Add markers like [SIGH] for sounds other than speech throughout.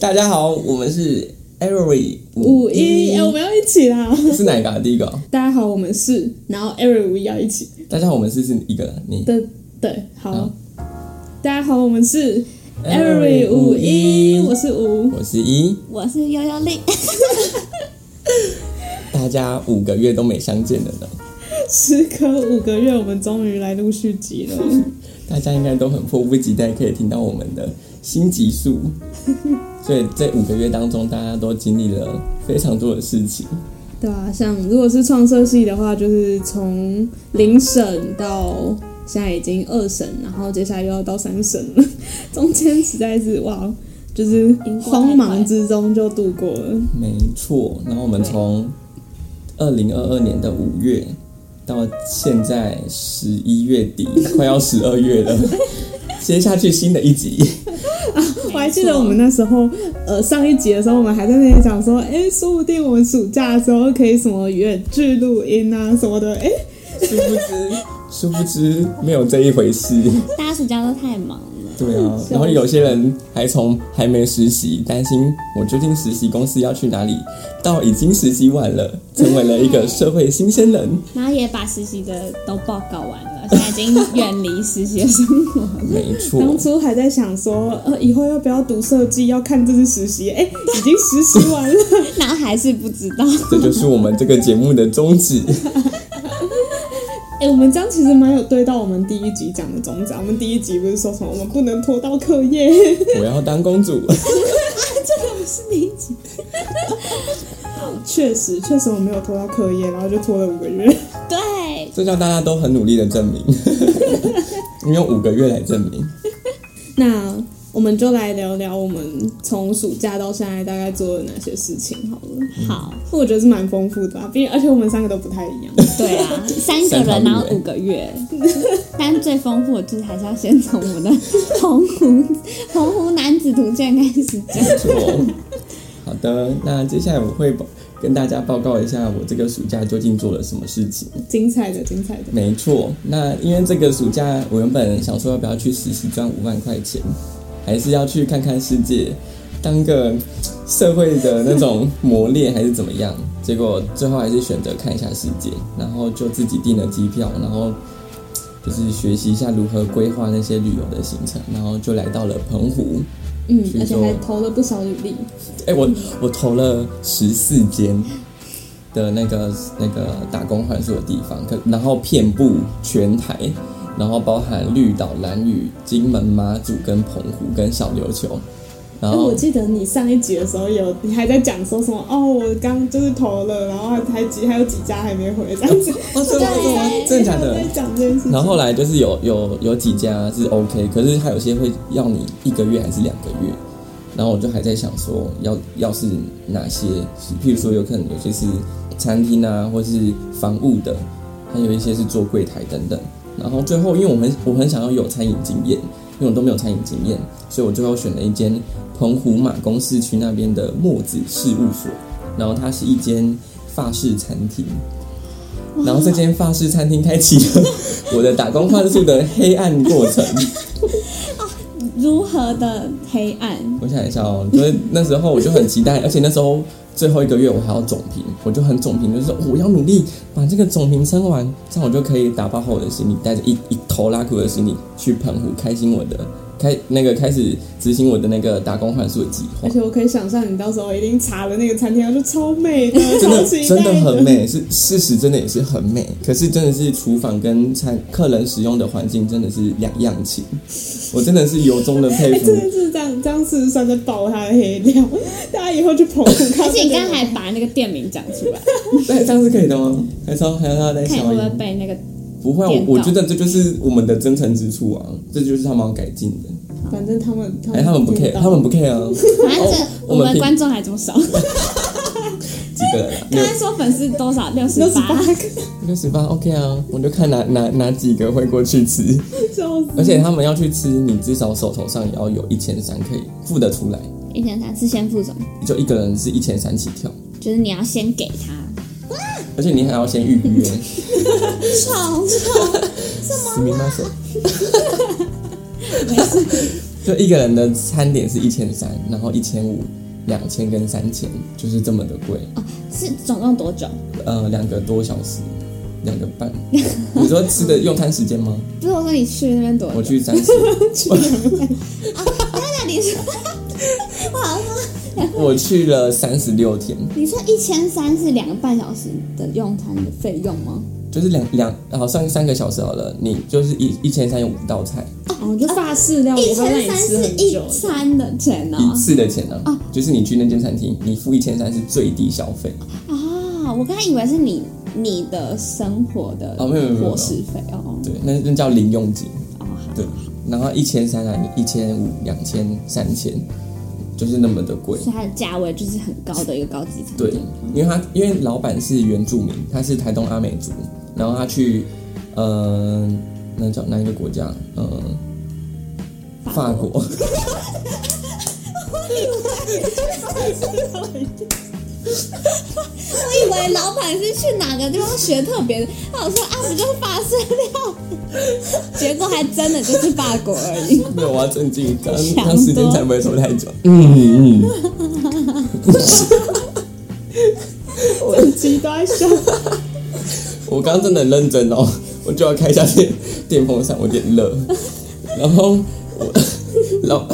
大家好，我们是 Every 五一，哎，我们要一起啦！ [LAUGHS] 是哪一个、啊？第一个哦、大家好，我们是，然后 every 五一要一起，大家好，我们是是一个你对对，好。好大家好，我们是 every 五一，我是吴，我是一，我是幺幺零，大家五个月都没相见了呢， [LAUGHS] 时隔五个月，我们终于来录续集 [LAUGHS] 了。大家应该都很迫不及待可以听到我们的新集数。 [LAUGHS] 所以这五个月当中，大家都经历了非常多的事情。对啊，像如果是创设系的话，就是从零审到现在已经二审，然后接下来又要到三审了， [LAUGHS] 中间实在是哇，就是慌忙之中就度过了。没错，然后我们从二零二二年的五月到现在十一月底，快要十二月 [LAUGHS] 了，接下去新的一集。我还记得我们那时候，呃，上一集的时候，我们还在那里讲说，哎、说不定我们暑假的时候可以什么远距录音啊什么的，哎、殊不知，殊不知没有这一回事。 [LAUGHS] 大家暑假都太忙了，对啊，然后有些人还从还没实习，担心我究竟实习公司要去哪里，到已经实习完了，成为了一个社会新鲜人。然后也把实习的都报告完了，现在已经远离实习的生活。没错，当初还在想说，呃，以后要不要读设计，要看这次实习，哎、已经实习完 [LAUGHS] 了，然后还是不知道。这就是我们这个节目的宗旨。哎、我们这样其实蛮有对到我们第一集讲的宗旨啊。我们第一集不是说什么我们不能拖到课业，我要当公主。是第一集， [LAUGHS] 确实确实我没有拖到课业，然后就拖了五个月。对，这叫大家都很努力的证明，你用五个月来证明。那我们就来聊聊我们从暑假到现在大概做了哪些事情好了。好，我觉得是蛮丰富的、啊，毕竟而且我们三个都不太一样。对啊，三个人然后五个 [LAUGHS] 月，但最丰富的就是还是要先从我们的红湖红湖男子图鉴开始讲。没错。好的，那接下来我会报跟大家报告一下我这个暑假究竟做了什么事情。精彩的，精彩的。没错，那因为这个暑假我原本想说要不要去实习赚五万块钱，还是要去看看世界，当个社会的那种磨练还是怎么样？结果最后还是选择看一下世界，然后就自己订了机票，然后就是学习一下如何规划那些旅游的行程，然后就来到了澎湖。嗯去，而且做还投了不少履历。哎、我我投了十四间的那个那个打工换宿的地方，可然后遍布全台，然后包含绿岛、蓝屿、金门、马祖、跟澎湖、跟小琉球，然哎，后哦我记得你上一集的时候有，你还在讲说什么哦，我刚就是投了，然后还几还有几家还没回这样子。哦， [LAUGHS] 真的吗真的吗真的假的还？有在讲这件事 [LAUGHS] 情。然后后来就是有有有几家是 OK，可是它有些会要你一个月还是两个月，然后我就还在想说要要是哪些，譬如说有可能有些是餐厅啊，或是房务的，还有一些是做柜台等等。然后最后因为我很我很想要有餐饮经验，因为我都没有餐饮经验，所以我最后选了一间澎湖马公市区那边的墨子事务所，然后它是一间法式餐厅。然后这间法式餐厅开启了我的打工换宿的黑暗过程。如何的黑暗？我想一下哦，就是那时候我就很期待，而且那时候最后一个月我还要总评，我就很总评，就是说哦我要努力把这个总评升完，这样我就可以打包好我的行李，带着一一头拉苦的行李去澎湖，开心我的开那个开始执行我的那个打工换宿的计划 [LAUGHS] 而。且我可以想象，你到时候一定查了那个餐厅，然后就超美的， [LAUGHS] 真超的期待真的很。美，是事实，真的也是很美。可是真的是厨房跟餐客人使用的环境真的是两样情，我真的是由衷的佩服 [LAUGHS] [LAUGHS] 真。的是这样，这样事实上在爆他的黑料，大家以后 [LAUGHS] 去澎湖看。而且你刚才还把那个店名讲出 [LAUGHS] 来，那这样是可以的吗？还是要还要他在看你小会不会音？被那个不会啊，电到我我觉得这就是我们的真诚之处啊，这就是他们要改进的。反正他们，他哎，他们不 care，他们不 care 啊，反正这哦我我们们平观众还这么少。几个人啊？刚六才说粉丝多少？六十六十八八。六十八 OK 啊，我就看哪哪哪几个会过去吃，个笑死。而且他们要去吃，你至少手头上也要有一千三可以付得出来，一千三是先付什么？就一个人是一千三起跳。就是你要先给他。而且你还要先预 [LAUGHS] 约。吵吵，死命那谁？没事，就一个人的餐点是一千三，然后一千五、两千跟三千，就是这么的贵。是总共多久？呃，两个多小时，两个半。你说吃的用餐时间吗？不是我说你去那边多久？我去三十，那你说，我好像说我去了三十六天，你说一千三是两个半小时的用餐的费用吗？就是两两好像三个小时好了，你就是一一千三有五道菜，哦，就法式料一理，它让千你三吃是很一久的。餐的钱呢、一次的钱呢、啊就是你去那间餐厅，你付一千三是最低消费。啊，我刚才以为是你你的生活的哦没有没有没有伙食费哦。对，那那叫零用金。哦，好对，然后一千三啊，一千五、两千、三千，就是那么的贵。所以它的价位就是很高的一个高级餐对厅。，因为他因为老板是原住民，他是台东阿美族，然后他去，呃，那叫哪一个国家？呃，法国。 [LAUGHS] [LAUGHS] 我以为老板是去哪个地方学特别的，他有说啊，不就是法式料理，结果还真的就是法国而已。没有，我要镇静，刚想刚时间多才不会拖太久。嗯嗯，整集都在笑，我刚刚真的很认真哦，我就要开一下电电风扇，我有点热。然后我 [LAUGHS] 老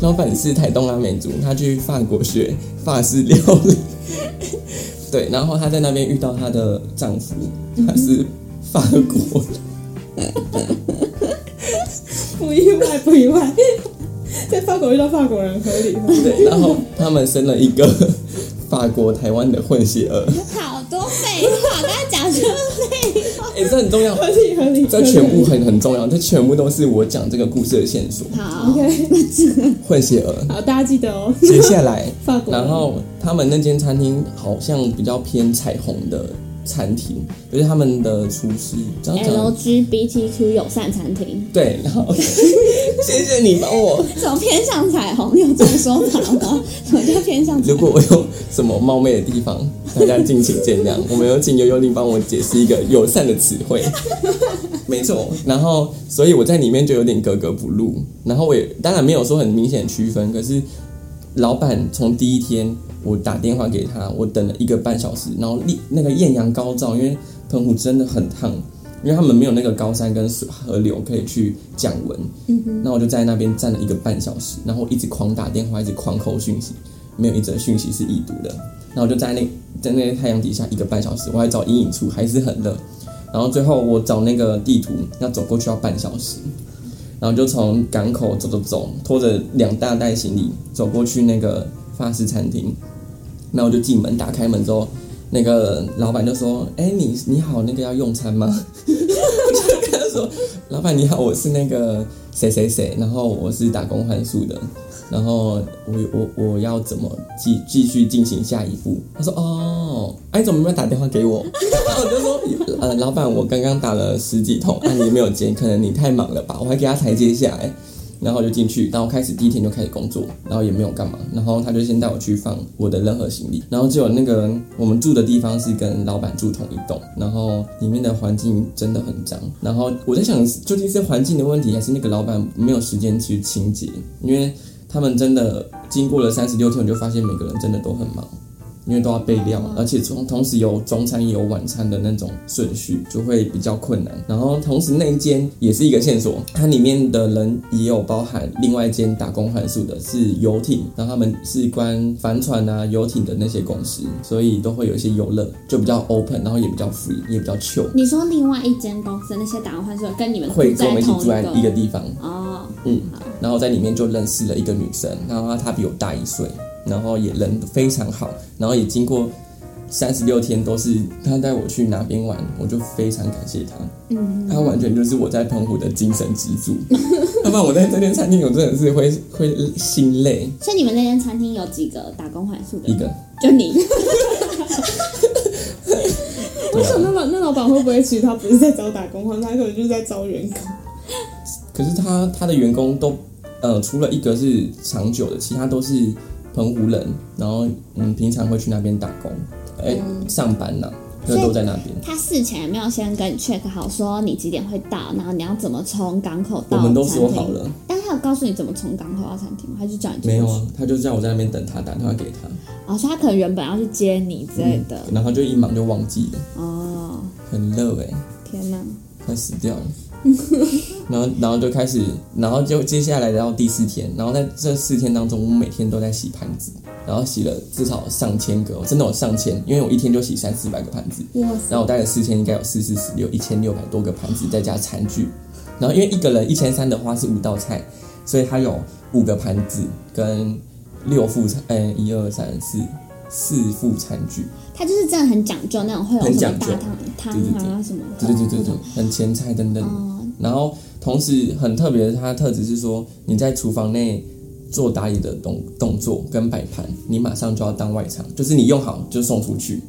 老板是台东阿美族，他去法国学法式料理，对，然后他在那边遇到她的丈夫，他是法国人。不意外，不意外。 [LAUGHS] 在法国遇到法国人合理吗？对，然后他们生了一个法国台湾的混血儿， [LAUGHS] 好多废话，刚才讲什么废话？哎、这很重要，合理合理。这全部很很重要，这全部都是我讲这个故事的线索。好 OK，混血儿，好，大家记得哦。，接下来 [LAUGHS] 法国人然后他们那间餐厅好像比较偏彩虹的餐厅，就是他们的厨师，这样讲，LGBTQ 友善餐厅，对，然后 [LAUGHS] 谢谢你帮我。怎么偏向彩虹？有这种说法 [LAUGHS] 吗？什么叫偏向彩如虹？果我有什么冒昧的地方， [LAUGHS] 大家敬请见谅。我们有请悠悠令帮我解释一个友善的词汇，没错。然后，所以我在里面就有点格格不入。然后我也当然没有说很明显的区分，可是老板从第一天我打电话给他，我等了一个半小时，然后立那个艳阳高照，因为澎湖真的很烫。因为他们没有那个高山跟水河流可以去降温，那我就在那边站了一个半小时，然后一直狂打电话，一直狂扣讯息，没有一则讯息是已读的。然后我就在那在那个太阳底下一个半小时，我还找阴影处，还是很热。然后最后我找那个地图，要走过去要半小时，然后就从港口走走走，拖着两大袋行李走过去那个法式餐厅。那我就进门，打开门之后，那个老板就说：“哎、你你好，那个要用餐吗？” [LAUGHS] 我就跟他说：“老板你好，我是那个谁谁谁，然后我是打工换宿的，然后我我我要怎么继继续进行下一步？他说哦，哎、你怎么没有打电话给我？ [LAUGHS] 然后我就说呃，老板，我刚刚打了十几通，那、你没有接，可能你太忙了吧？我还给他台阶下来，然后我就进去，然后开始第一天就开始工作，然后也没有干嘛，然后他就先带我去放我的任何行李，然后就有那个我们住的地方是跟老板住同一栋，然后里面的环境真的很脏，然后我在想究竟是环境的问题，还是那个老板没有时间去清洁，因为。他们真的经过了三十六天，我就发现每个人真的都很忙，因为都要备料，而且从同时有中餐也有晚餐的那种顺序，就会比较困难。然后同时那一间也是一个线索，它里面的人也有包含另外一间打工换宿的是游艇，然后他们是关帆船啊、游艇的那些公司，所以都会有一些游乐，就比较 open，然后也比较 free，也比较 chill，你说另外一间公司那些打工换宿的跟你们会跟住在我们一起同住在一个地方。哦，嗯好，然后在里面就认识了一个女生，然后她比我大一岁，然后也人非常好，然后也经过三十六天都是她带我去哪边玩，我就非常感谢她。嗯，她完全就是我在澎湖的精神支柱，要不然我在这间餐厅我真的是会会心累。所以你们那间餐厅有几个打工换宿的一人？个， [LAUGHS] 就你，我啊想那老那老板会不会其实他不是在招打工，他可能就是在招员工。可是她她的员工都呃除了一个是长久的，其他都是澎湖人，然后嗯平常会去那边打工，哎、上班呐、就所以都在那边。他事前没有先跟你 check 好，说你几点会到，然后你要怎么从港口到我们都餐说厅好了，但他有告诉你怎么从港口到餐厅吗？还是叫你自己没有去啊，他就叫我在那边等他，打电话给他，哦，所以他可能原本要去接你之类的。然后他就一忙就忘记了，哦，很热哎、天哪！快死掉了。 [LAUGHS] 然后，然后就开始，然后就接下来到第四天，然后在这四天当中，我每天都在洗盘子，然后洗了至少上千个，我真的有上千，因为我一天就洗三四百个盘子，哇塞，然后我带了四千，应该有四四十六一千六百多个盘子，再加餐具。然后因为一个人一千三的话是五道菜，所以它有五个盘子跟六副餐，嗯，一二三四四副餐具。他就是真的很讲究那种，会有很什讲么究大汤汤对对对啊什么的。对对对对对，很前菜等等。哦，然后同时很特别的，它的特质是说你在厨房内做打理的动动作跟摆盘，你马上就要当外场，就是你用好就送出去。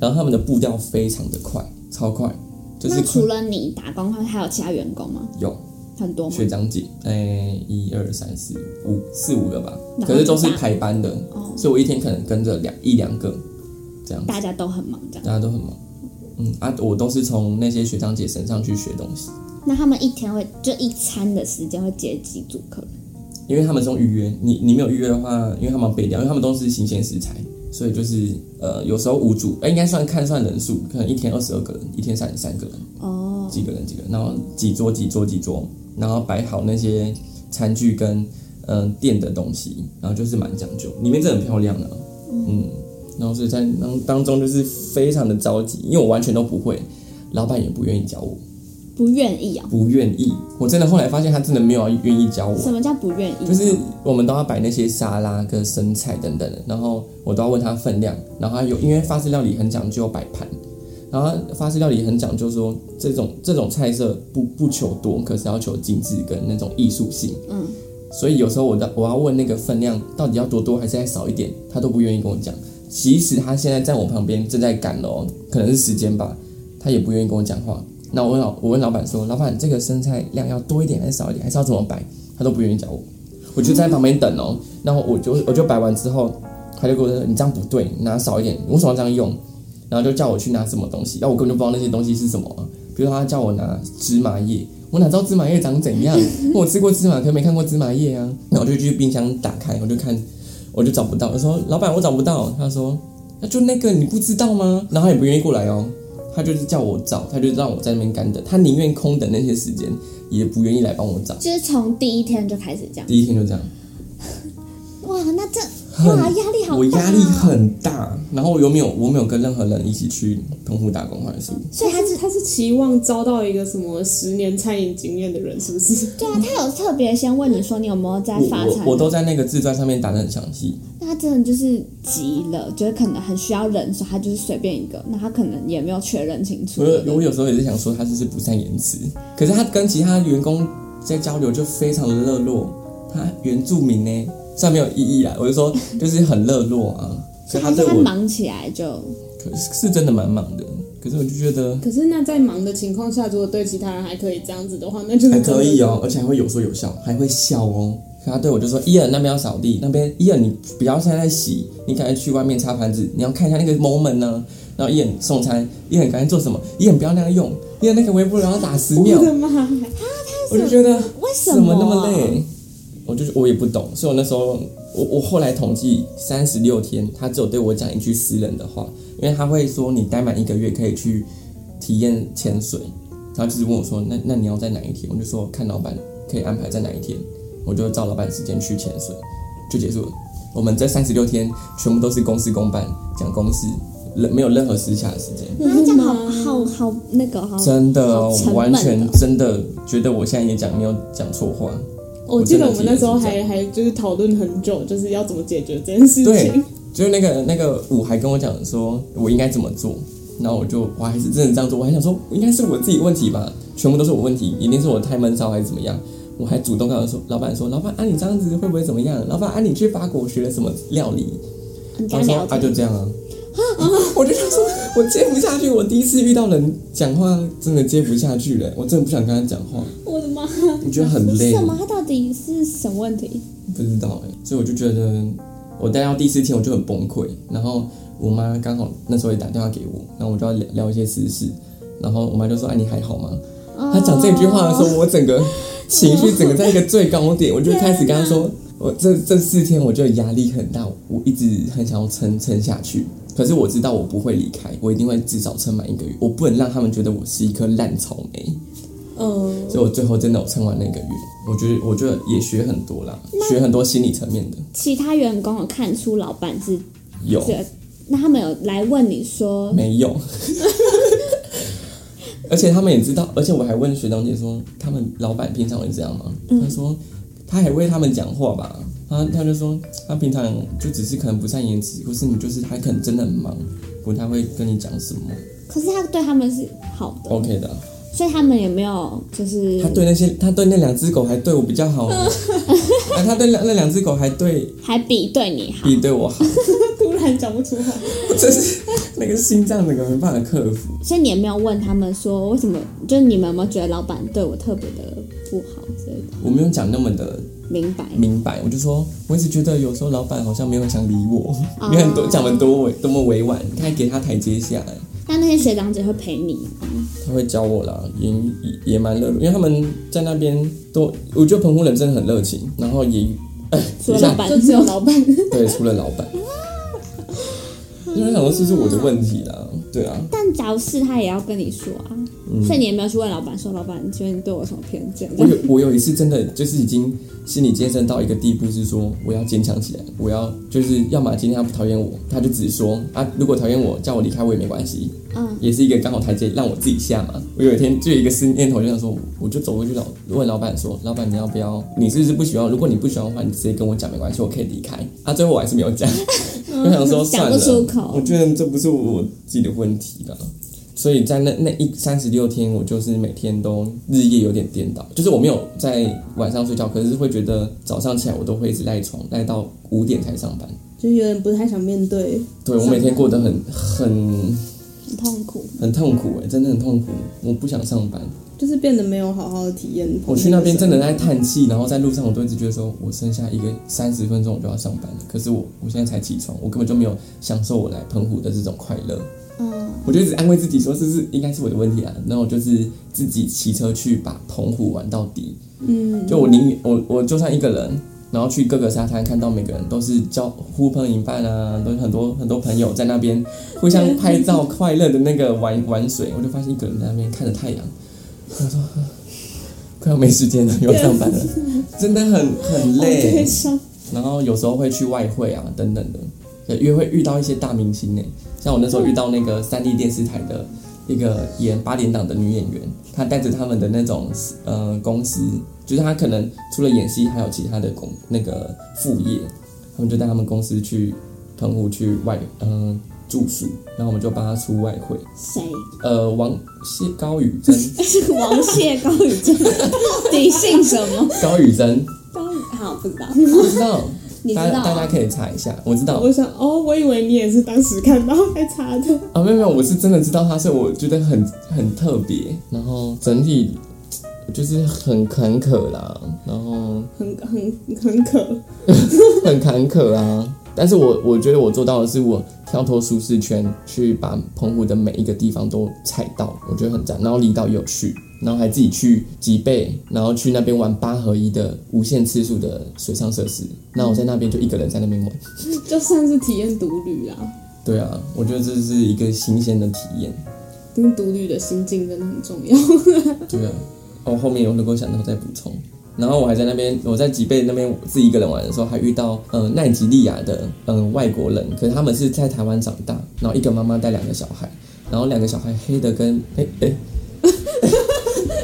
然后他们的步调非常的快，超快，就是那除了你打工外，还有其他员工吗？有很多吗？学长姐，哎、一二三四五四五个吧，然后可是都是就打排班的，哦，所以我一天可能跟着两一两个这样子，大家都很忙这样。大家都很忙。嗯啊，我都是从那些学长姐身上去学东西，那他们一天会就一餐的时间会接几组客人？因为他们这种预约，你你没有预约的话，因为他们要备料，因为他们都是新鲜食材，所以就是呃有时候五组，哎、应该算看算人数，可能一天二十二个人，一天三十三个人，哦，几个人几个人，然后几桌几桌几桌，然后摆好那些餐具跟嗯、呃店的东西，然后就是蛮讲究，里面真的很漂亮啊，嗯，然后所以在当当中就是非常的着急，因为我完全都不会，老板也不愿意教我，不愿意啊？不愿意，我真的后来发现他真的没有要愿意教我，什么叫不愿意？就是我们都要摆那些沙拉跟生菜等等的，然后我都要问他分量，然后他有因为法式料理很讲究摆盘，然后法式料理很讲究说这种这种菜色不不求多，可是要求精致跟那种艺术性，嗯，所以有时候我的我要问那个分量到底要多多还是再少一点，他都不愿意跟我讲。即使他现在在我旁边正在赶了哦，可能是时间吧，他也不愿意跟我讲话。那我问老我问老板说，老板这个生菜量要多一点还是少一点，还是要怎么摆？他都不愿意讲我，我就在旁边等哦。然后我就我就摆完之后，他就跟我说你这样不对，拿少一点，你为什么要这样用？然后就叫我去拿什么东西，那我根本就不知道那些东西是什么啊。比如说他叫我拿芝麻叶，我哪知道芝麻叶长怎样？我吃过芝麻，可没看过芝麻叶啊。那我就去冰箱打开，我就看，我就找不到。我说老板，我找不到。他说那就那个你不知道吗？然后他也不愿意过来哦，他就是叫我找，他就让我在那边干等，他宁愿空等那些时间，也不愿意来帮我找。就是从第一天就开始这样。第一天就这样，哇，那这哇压力好大、哦，我压力。很大，然后我又没有我没有跟任何人一起去澎湖打工换宿，所以他是他是期望招到一个什么十年餐饮经验的人，是不是？对啊，他有特别先问你说你有没有在我发财我我都在那个自传上面打得很详细，那他真的就是急了，觉得可能很需要人手，他就是随便一个，那他可能也没有确认清楚。我对不有对我有时候也是想说他就是不善言辞，可是他跟其他员工在交流就非常的热络，他原住民呢，虽然没有意义啊，我就说就是很热络啊，所所以以他他对是他我忙起来就，可是是真的蛮忙的，可是我就觉得可是那在忙的情况下，如果对其他人还可以这样子的话，那就是还真的可以哦，而且还会有说有笑，还会笑哦。可他对我就说：“伊尔那边要扫地，那边伊尔你不要现在洗，你赶快去外面擦盘子，你要看一下那个 moment 呢、然后伊尔送餐，伊尔赶快做什么？伊尔不要那样用，伊尔那个微波炉要打十秒我。的妈呀！”我就觉得为什怎么那么啊？累？我就是我也不懂，所以我那时候我我后来统计三十六天，他只有对我讲一句私人的话，因为他会说你待满一个月可以去体验潜水，然后就是问我说那那你要在哪一天？我就说看老板可以安排在哪一天，我就照老板时间去潜水，就结束了。我们这三十六天全部都是公事公办，讲公事，任没有任何私下的时间。那他这样好好好那个哈，真的好哦，沉闷我完全哦真的觉得我现在也讲没有讲错话。我记得我我真们的那记时得候是这还还就是讨论很久，就是要怎么解决这件事对情。 [LAUGHS] 就是那个那个五还跟我讲说我应该怎么做，然后我就我还是真的这样做，我还想说应该是我自己问题吧，全部都是我问题，一定是我太闷骚还是怎么样。我还主动跟他说，老板说，老板啊，你这样子会不会怎么样？老板啊，你去法国学了什么料 [LAUGHS] 理？你跟他他说聊啊，就天，这 [LAUGHS] 样啊。我就想说，我接不下去，我第一次遇到人讲话真的接不下去了，我真的不想跟他讲话，我的妈！我觉得很为累。什么？他到底是什么问题？不知道哎、所以我就觉得我待到第四天我就很崩溃，然后我妈刚好那时候也打电话给我，然后我就要聊聊一些私事，然后我妈就说：“哎，你还好吗？”啊、他讲这句话的时候，我整个情绪整个在一个最高点，我就开始跟他说，我这这四天我就压力很大，我一直很想要撑撑下去，可是我知道我不会离开，我一定会至少撑满一个月，我不能让他们觉得我是一颗烂草莓，嗯，所以我最后真的我撑完那个月，我觉得我觉得也学很多啦，学很多心理层面的，其他员工有看出老板是有这，那他们有来问你说，没有？而且他们也知道，而且我还问学长姐说，他们老板平常会这样吗？他说，他还为他们讲话吧。他他就说，他平常就只是可能不善言辞，或是你就是他可能真的很忙，不太会跟你讲什么。可是他对他们是好的， OK 的，所以他们也没有就是他对那些他对那两只狗还对我比较好，啊，他对那那两只狗还对还比对你好。比对我好，突然讲不出话，我真是那个心脏那个没办法克服。所以你也没有问他们说为什么，就是你们有没有觉得老板对我特别的不好之类的？我没有讲那么的明白，明白，我就说，我一直觉得有时候老板好像没有很想理我，哦你很多讲的多委多么委婉，你看给他台阶下来，那那些学长姐会陪你吗？他会教我啦，也也也蛮热络，因为他们在那边都，我觉得澎湖人真的很热情，然后也， [COUGHS] 哎，除等了一下，老 [LAUGHS] 板，就只有老板。对，除了老板，因为想说是不是我的问题啦，对啊， [LAUGHS] 但假如是他也要跟你说啊，所以你也没有去问老板说，老板，请问你对我有什么偏见？嗯我有我有一次真的就是已经心理建设到一个地步，是说我要坚强起来，我要就是要么今天他不讨厌我，他就只说啊，如果讨厌我叫我离开我也没关系，嗯，也是一个刚好台阶让我自己下嘛。我有一天就有一个思念头，就想说，我就走过去老问老板说，老板你要不要？你是不是不喜欢我？如果你不喜欢的话，你直接跟我讲没关系，我可以离开。啊，最后我还是没有讲，我想说算嗯讲了，不出口我觉得这不是我自己的问题了。所以在那那一三十六天，我就是每天都日夜有点颠倒，就是我没有在晚上睡觉，可是会觉得早上起来我都会一直赖床，赖到五点才上班。就有点不太想面对，对我每天过得很很很痛苦。很痛苦哎、真的很痛苦，我不想上班。就是变得没有好好的体验。我去那边真的在叹气，然后在路上我都一直觉得说，我剩下一个三十分钟我就要上班了，可是我我现在才起床，我根本就没有享受我来澎湖的这种快乐。嗯，我就一直安慰自己说，这是应该是我的问题啊。然后我就是自己骑车去把澎湖玩到底，嗯，就我宁愿我我就算一个人，然后去各个沙滩，看到每个人都是交呼朋引伴啊，都很多很多朋友在那边互相拍照，快乐的那个玩玩水，我就发现一个人在那边看着太阳，我说啊快要没时间了，又要上班 [LAUGHS] 了，真的很很累悲。伤。然后有时候会去外汇啊等等的，对因为会遇到一些大明星呢、像我那时候遇到那个三立电视台的一个演八点档的女演员，她带着他们的那种呃公司，就是她可能除了演戏还有其他的工那个副业，他们就带他们公司去澎湖去外嗯、住宿，然后我们就帮她出外汇，谁？ [LAUGHS] 呃王谢高宇珍王谢高宇正，你姓什么？高宇珍，高宇，好不知道，不知道，你知大家道大家啊？可以查一下，我知道，我想，哦，我以为你也是当时看到在查的。啊，没有没有，我是真的知道他，所以我觉得很很特别。然后整体就是很坎坷啦，然后很很很渴，很坎坷啊。但是我我觉得我做到的是，我跳脱舒适圈，去把澎湖的每一个地方都踩到，我觉得很赞。然后离岛也有去，然后还自己去吉贝，然后去那边玩八合一的无限次数的水上设施。那我在那边就一个人在那边玩。就算是体验独旅啦，对啊，我觉得这是一个新鲜的体验。因为独旅的心境真的很重要。 [LAUGHS] 对啊，哦，后面有能够想到再补充。然后我还在那边，我在吉贝那边自己一个人玩的时候，还遇到嗯、呃奈及利亚的嗯、呃外国人，可是他们是在台湾长大，然后一个妈妈带两个小孩，然后两个小孩黑的跟哎哎，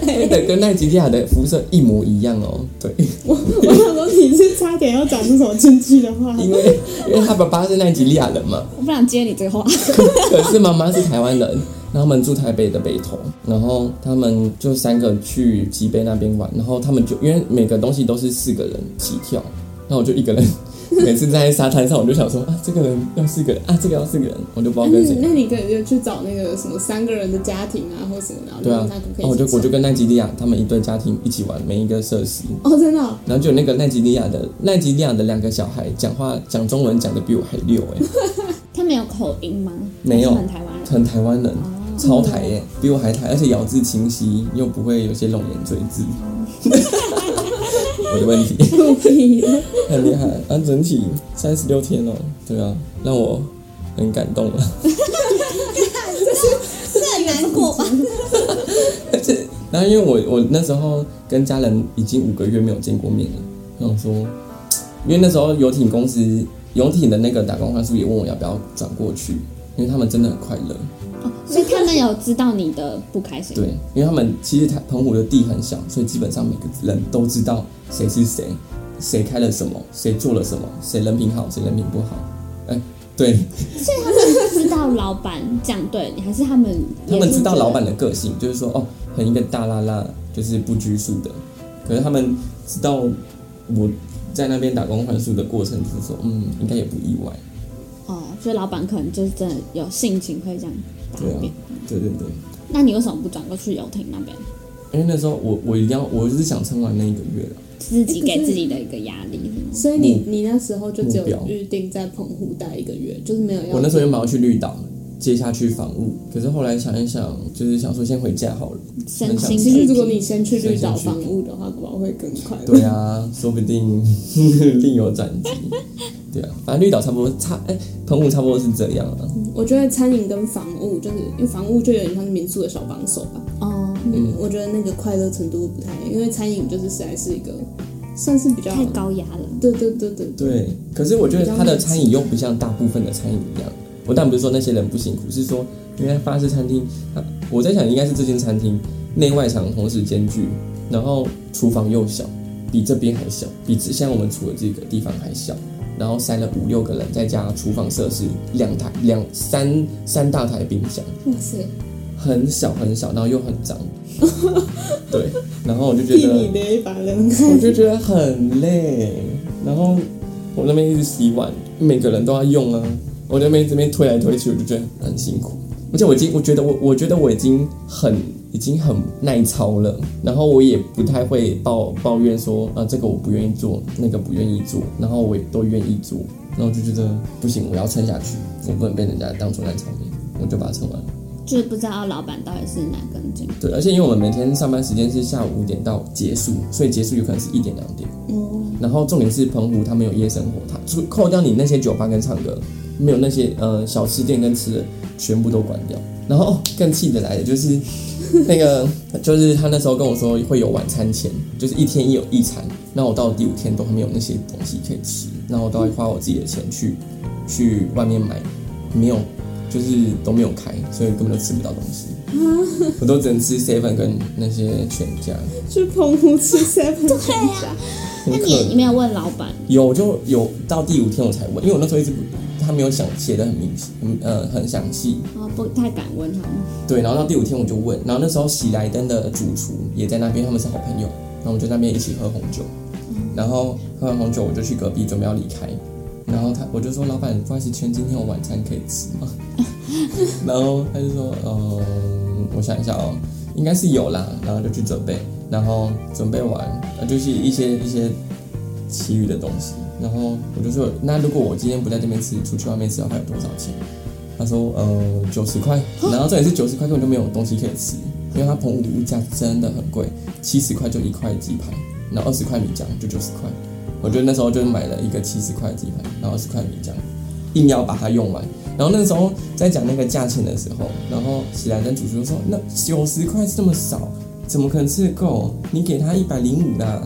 黑的跟奈及利亚的肤色一模一样哦。对，我我想说你是差点要讲出什么进去的话，因为因为他爸爸是奈及利亚人嘛，我不想接你这个话。可是妈妈是台湾人，然后他们住台北的北投，然后他们就三个去吉北那边玩，然后他们就因为每个东西都是四个人起跳，那我就一个人，每次在沙滩上我就想说啊，这个人要四个人啊，这个要四个人， [LAUGHS] 我就不知道那跟你 [LAUGHS] 谁。那你可以就去找那个什么三个人的家庭啊，或什么的，然后对啊，那个可以一起然后我就我就找跟奈吉利亚他们一对家庭一起玩每一个设施，哦，真的哦、 [LAUGHS] 然后就有那个奈吉利亚的奈吉利亚的两个小孩讲话讲中文讲的比我还溜哎、他们有口音吗？没有还是很台湾人。很台湾人，超台耶、比我还台，而且咬字清晰，又不会有些冗言赘字。我的问题酷毙了很厉害，啊，整体三十六天哦，对啊，让我很感动啊了。这很难过吧？然后因为我我那时候跟家人已经五个月没有见过面了，然后说，因为那时候游艇公司游艇的那个打工换宿也问我要不要转过去，因为他们真的很快乐，哦所以他们有知道你的不开心，对，因为他们其实台澎湖的地很小，所以基本上每个人都知道谁是谁，谁开了什么，谁做了什么，谁人品好，谁人品不好，哎，对知道老板这样对你，还是他们他也是们知道觉得老板的个性，就是说哦，很一个大拉拉，就是不拘束的。可是他们知道我在那边打工换宿的过程，就是说，嗯，应该也不意外。哦，所以老板可能就是真的有性情会这样打对啊变。对对对，那你为什么不转过去游艇那边？因为那时候我我一定要，我就是想撑完那一个月了。自欸己可给是自己的一个压力是吗？所以你你那时候就只嗯目标有预定在澎湖待一个月，就是没有要。我那时候原本要去绿岛，接下去房务，可是后来想一想，就是想说先回家好了。身很想心去其实俱如果疲，你先去绿岛房屋的话，搞不好会更快乐。对啊，说不定 [LAUGHS] 另有转机。对啊，反正绿岛差不多差，哎、澎湖差不多是这样啊。我觉得餐饮跟房务，就是因为房务就有点像是民宿的小帮手吧。哦，嗯，我觉得那个快乐程度不太一样，因为餐饮就是实在是一个算是比较太高压了。对对对对对，对，可是我觉得他的餐饮又不像大部分的餐饮一样。我当然不是说那些人不辛苦，是说因为法式餐厅，它我在想应该是这间餐厅内外场同时兼具，然后厨房又小，比这边还小，比之像我们处的这个地方还小，然后塞了五六个人，再加厨房设施两台两三三大台冰箱，哇塞，很小很小，然后又很脏。对，然后我就觉替得你的一把冷汗。我就觉得很累，然后我那边一直洗碗，每个人都要用啊，我那边这边推来推去，我就觉得很辛苦。而且我已经，我觉得我，我觉得我已经很，已经很耐操了。然后我也不太会抱抱怨说，啊，这个我不愿意做，那个不愿意做，然后我也都愿意做。然后我就觉得不行，我要撑下去，我不能被人家当做烂草莓，我就把它撑完。就是不知道老板到底是哪根筋。对，而且因为我们每天上班时间是下午五点到结束，所以结束有可能是一点两点。哦，然后重点是澎湖它没有夜生活，它除扣掉你那些酒吧跟唱歌，没有那些呃小吃店跟吃的，全部都关掉。然后、哦更气的来的就是那个， [LAUGHS] 就是他那时候跟我说会有晚餐钱，就是一天有一餐。那我到第五天都还没有那些东西可以吃，然后我都会花我自己的钱去去外面买，没有就是都没有开，所以根本就吃不到东西。我都只能吃 seven 跟那些全家，去澎湖 [LAUGHS] 吃 seven 对呀、很那可你也没有问老板，有就有到第五天我才问，因为我那时候一直不，他没有想写的很明细，嗯呃很详细，然后哦不太敢问他们。对，然后到第五天我就问，然后那时候喜来登的主厨也在那边，他们是好朋友，然后我们就在那边一起喝红酒，然后喝完红酒我就去隔壁准备要离开，然后他我就说老板，不好意思，全今天有晚餐可以吃吗？ [LAUGHS] 然后他就说，嗯，我想一下哦，应该是有啦，然后就去准备，然后准备完，呃，就是一些一些其余的东西，然后我就说，那如果我今天不在这边吃，出去外面吃的话有多少钱？他说，呃，九十块，然后这也是九十块根本就没有东西可以吃，因为它澎湖物价真的很贵，七十块就一块鸡排，然后二十块米浆就九十块，我就那时候就买了一个七十块鸡排，然后二十块米浆，硬要把它用完。然后那时候在讲那个价钱的时候，然后喜来登主厨就说：“那九十块这么少，怎么可能吃得够？你给他一百零五啦。”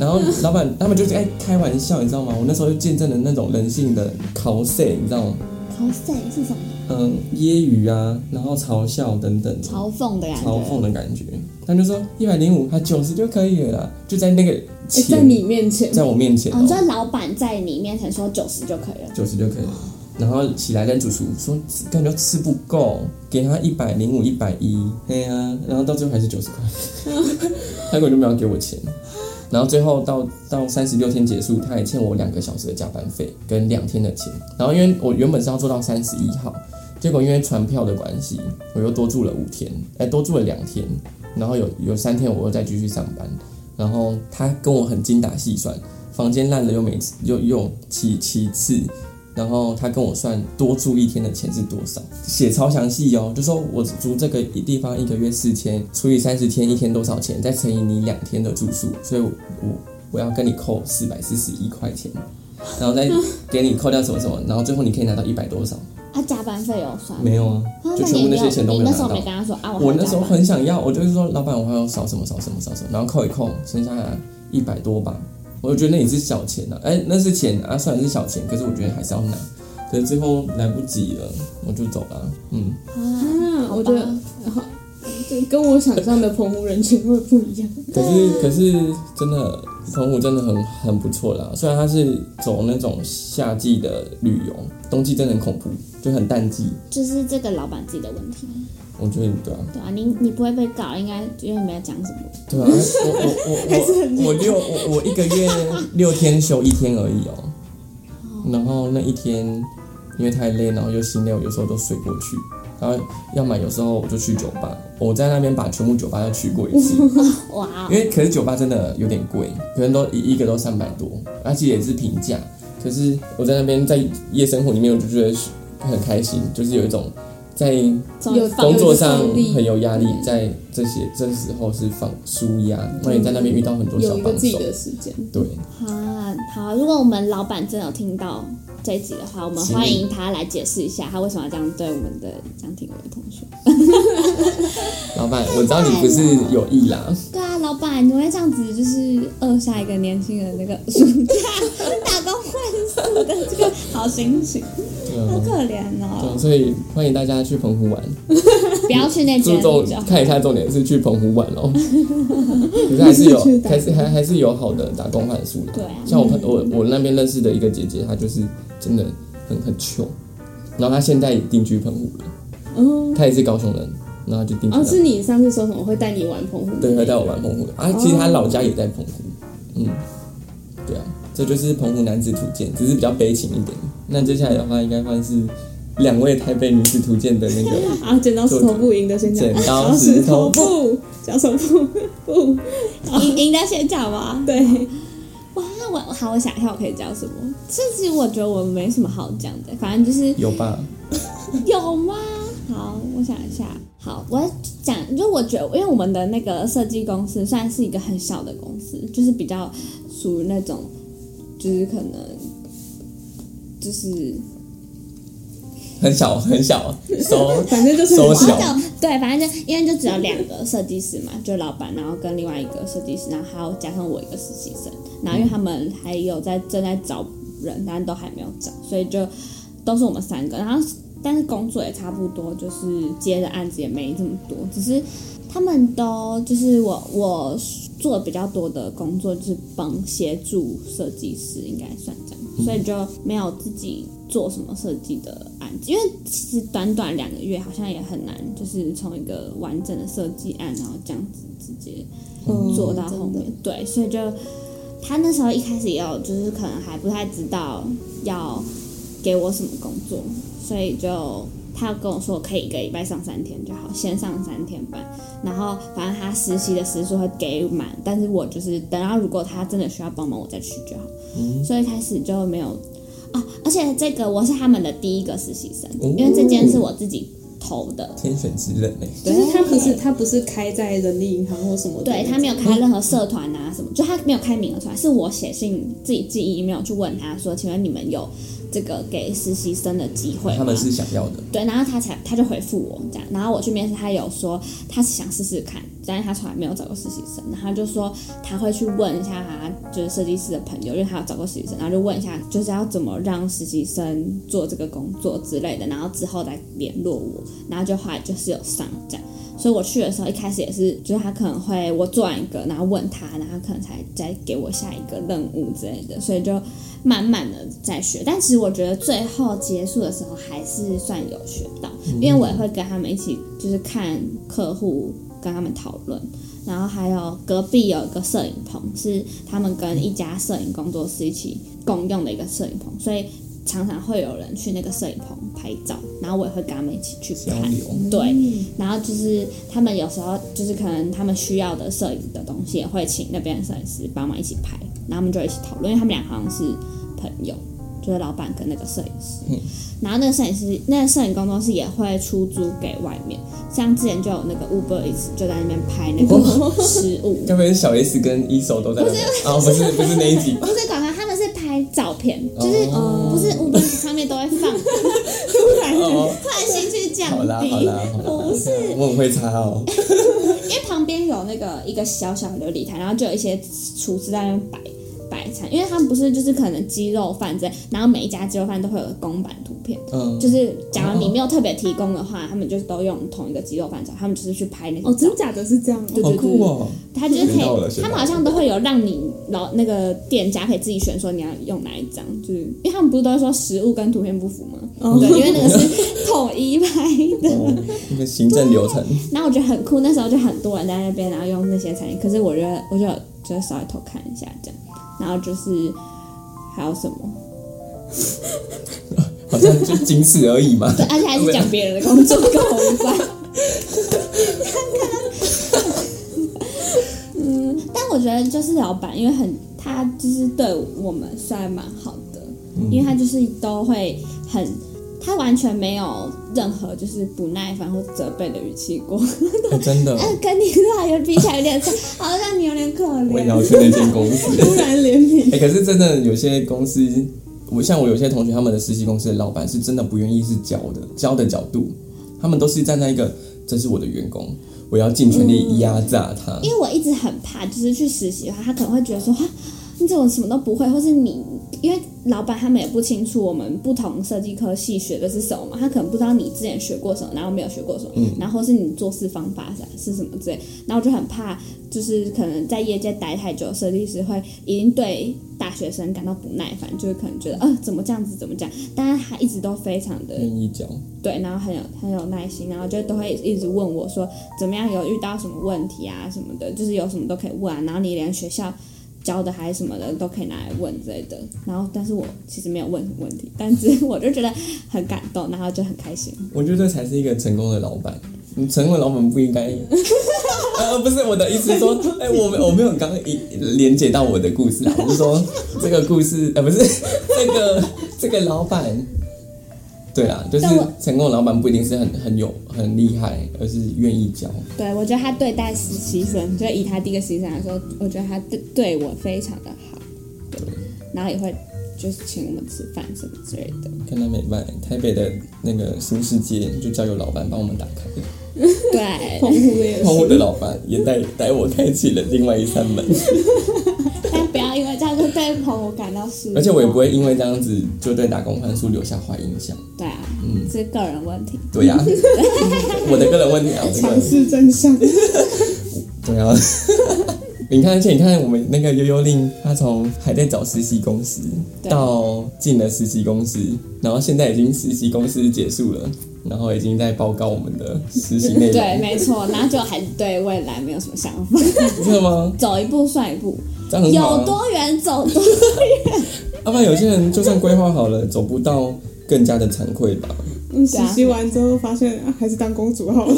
然后老板他们就是爱开玩笑，你知道吗？我那时候就见证了那种人性的 cos，你知道吗？嘲笑是什么？嗯，揶揄啊，然后嘲笑等等的。嘲讽的感嘲觉。讽的感觉，他就说一百零五，他九十就可以了啦，就在那个诶钱，在你面前，在我面前、哎哦，你哦，说老板在你面前说九十就可以了，九十就可以了。然后起来跟主厨说，感觉吃不够，给他一百零五、一百一，对呀、然后到最后还是九十块，他根本就没有给我钱。然后最后到到三十六天结束，他还欠我两个小时的加班费跟两天的钱。然后因为我原本是要做到三十一号，结果因为船票的关系，我又多住了五天，哎，多住了两天。然后有有三天我又再继续上班。然后他跟我很精打细算，房间烂了又没又又七七次，然后他跟我算多住一天的钱是多少，写超详细哦，就说我住这个地方一个月四千，除以三十天一天多少钱，再乘以你两天的住宿，所以我我我要跟你扣四百四十一块钱，然后再给你扣掉什么什么，然后最后你可以拿到一百多少？啊，加班费有算吗？没有啊，啊就那全你部也那没有些钱都你没有那时拿候到没。跟他说啊，我我还那加时候班很想要，我就是说，老板，我还要少什么少什么少什么，然后扣一扣，剩下一百多吧。我就觉得那也是小钱呐、啊，哎，那是钱啊，虽然是小钱，可是我觉得还是要拿。可是最后来不及了，我就走了。嗯，啊，啊，好我觉得吧好就跟我想象的澎湖人情味不一样。可是可是真的，澎湖真的很很不错啦。虽然它是走那种夏季的旅游，冬季真的很恐怖，就很淡季。就是这个老板自己的问题，我觉得对啊，对啊，你你不会被告，应该因为没有讲什么， [LAUGHS] 对啊，我我我我我六我我一个月六天休一天而已哦，然后那一天因为太累，然后又心累，我有时候都睡过去，然后要么有时候我就去酒吧，我在那边把全部酒吧都去过一次，哇哦因，为可是酒吧真的有点贵，可能都一一个都三百多，而且也是平价，可是我在那边在夜生活里面我就觉得很开心，就是有一种在终于有放工作上有一个动力很有压力，在这些这时候是放舒压，那你在那边遇到很多小有一个帮自己手，的时间，对，啊，好，如果我们老板真的有听到这一集的话，我们请欢迎他来解释一下他为什么要这样对我们的江庭伟同学。老板，我知道你不是有意 [LAUGHS] 啦，对啊，老板，你会这样子就是扼杀一个年轻人那个暑假 [LAUGHS] 打工换宿的这个好心情，好嗯，可怜哦！对，所以欢迎大家去澎湖玩，不要去那注间重就好看一下重点是去澎湖玩哦， [LAUGHS] 可是还是去有，打工还是还还是有好的打工换宿的，对啊，像我朋我我那边认识的一个姐姐，她就是真的很很穷，然后她现在也定居澎湖了，哦，她也是高雄人，然后就定居哦，了。是你上次说什么会带你玩澎湖？对，会带我玩澎湖啊。其实他老家也在澎湖，嗯，对啊，这就是澎湖男子图鉴，只是比较悲情一点。那接下来的话，应该算是两位台北女子图鉴的那 [LAUGHS] 个啊，剪刀石头布赢的先讲，剪刀刀石石头布。布，剪刀石头布布，赢赢得先讲吧。对，哇，我好，我想一下我可以讲什么。这集我觉得我没什么好讲的，反正就是有吧？有吗？好，我想一下。好，我讲，就我觉得，因为我们的那个设计公司算是一个很小的公司，就是比较属于那种，就是可能，就是很小很小，so 反正就是收我小要讲对，反正就因为就只有两个设计师嘛，就老板，然后跟另外一个设计师，然后还有加上我一个实习生，然后因为他们还有在正在找人，但都还没有找，所以就都是我们三个，然后但是工作也差不多，就是接的案子也没这么多，只是他们都就是我我做比较多的工作就是帮协助设计师，应该算这样，所以就没有自己做什么设计的案子，因为其实短短两个月好像也很难，就是从一个完整的设计案，然后这样子直接做嗯到后面，对，所以就他那时候一开始也有就是可能还不太知道要给我什么工作，所以就他跟我说可以一个礼拜上三天就好，先上三天班。然后反正他实习的时数会给满，但是我就是等到如果他真的需要帮忙，我再去就好。所以开始就没有啊，而且这个我是他们的第一个实习生，哦因为这间是我自己投的，天选之人哎、就是他不是他不是开在人力银行或什么的，对他没有开任何社团啊什么，就他没有开名额出来，是我写信自己寄 email 去问他说，请问你们有这个给实习生的机会吗？他们是想要的，对，然后他才他就回复我这样，然后我去面试，他有说他是想试试看，但是他从来没有找过实习生，然后他就说他会去问一下他就是设计师的朋友，因为他有找过实习生，然后就问一下就是要怎么让实习生做这个工作之类的，然后之后再联络我，然后就后来就是有上这样。所以我去的时候，一开始也是，就是他可能会我做完一个，然后问他，然后他可能才再给我下一个任务之类的，所以就慢慢的在学，但其实我觉得最后结束的时候还是算有学到，因为我也会跟他们一起就是看客户跟他们讨论，然后还有隔壁有一个摄影棚是他们跟一家摄影工作室一起共用的一个摄影棚，所以常常会有人去那个摄影棚拍照，然后我也会跟他们一起去交拍，流。对，嗯然后就是他们有时候就是可能他们需要的摄影的东西，也会请那边的摄影师帮忙一起拍，然后他们就一起讨论，因为他们俩好像是朋友，就是老板跟那个摄影师，嗯然后那个摄影师，那个摄影工作室也会出租给外面，像之前就有那个 Uber Eats 就在那边拍那哦个食 [LAUGHS] 物，该不会是小 S 跟一手都在那边？啊，不是不是那一集不是广告，他们是拍照片，就是哦不是 Uber Eats 上面都会 [LAUGHS] 放，突然哦，突然兴趣降好啦低，好啦好啦，不是， [LAUGHS] 我很会擦 [LAUGHS] 哦。因为哎旁边有那个一个小小的琉璃台，然后就有一些厨师在那边摆摆餐，因为他们不是就是可能鸡肉饭之类，然后每一家鸡肉饭都会有公版图片，嗯，就是假如你没有特别提供的话，他们就是都用同一个鸡肉饭找，他们就是去拍那些哦，照真假的是这样哦，对好酷哦！他就是可学到了以，学他到了们好像都会有让你老那个店家可以自己选，说你要用哪一张，就是因为他们不是都说食物跟图片不符吗？哦对，因为那个是统一拍的。哦那个行政流程，然后我觉得很酷，那时候就很多人在那边，然后用那些产品。可是我觉得，我就有就稍微偷看一下这样，然后就是还有什么，啊好像就仅此而已 [LAUGHS] 嘛。对，而且还是讲别人的工 [LAUGHS] 作，跟我无关。嗯，但我觉得就是老板，因为很他就是对我们虽然蛮好的，因为他就是都会很，他完全没有任何就是不耐烦或责备的语气过。哎真的，嗯，跟你那有比起来有点差，好像你有点可我也怜。要去那间公司。 [LAUGHS] 突然怜悯，哎、可是真的有些公司，我像我有些同学，他们的实习公司的老板是真的不愿意是教的教的角度，他们都是站在一个这是我的员工，我要尽全嗯力压榨他。因为我一直很怕，就是去实习的话，他可能会觉得说， [GASPS] 哈，你怎么什么都不会，或是你，因为老板他们也不清楚我们不同设计科系学的是什么嘛，他可能不知道你之前学过什么，然后没有学过什么，嗯然后或是你做事方法是什么之类，然后我就很怕，就是可能在业界待太久，设计师会已经对大学生感到不耐烦，就是可能觉得，呃，怎么这样子，怎么这样，但是他一直都非常的愿意教，对，然后很有很有耐心，然后就都会一直问我说怎么样，有遇到什么问题啊什么的，就是有什么都可以问啊。然后你连学校教的还是什么的都可以拿来问之类的。然后，但是我其实没有问什么问题，但是我就觉得很感动，然后就很开心。我觉得这才是一个成功的老板。你成功的老板不应该， [LAUGHS] 呃，不是我的意思是说，哎、我没我没有刚刚一连接到我的故事啊，我是说这个故事，呃，不是这个这个老板，对啊，就是但我成功的老板不一定是很很有很厉害，而是愿意教。 [LAUGHS] 对我觉得他对待实习生，就以他第一个实习生来说，我觉得他对对我非常的好，对，然后也会就是请我们吃饭什么之类的。看到美漫，台北的那个新世界就交由老板帮我们打开， [LAUGHS] 对，澎湖的也澎是，湖的老板也带带我开启了另外一扇门，但不要因为这样就对朋友感到失望。而且我也不会因为这样子就对打工换宿留下坏印象。对啊，嗯是个人问题。对 [LAUGHS] 呀、我的个人问题啊，我这尝个试真相。对啊。 [LAUGHS] 你看，而且你看，我们那个悠悠令，他从还在找实习公司，对到进了实习公司，然后现在已经实习公司结束了，然后已经在报告我们的实习 [LAUGHS] 内对，容，没错，然后就还对未来没有什么想 [LAUGHS] 法，真的吗？走一步算一步，这样很好、啊。有多远走 [LAUGHS] 多。要不然有些人就算规划好了，走不到，更加的惭愧吧。嗯，对实啊习完之后发现、啊、还是当公主好了。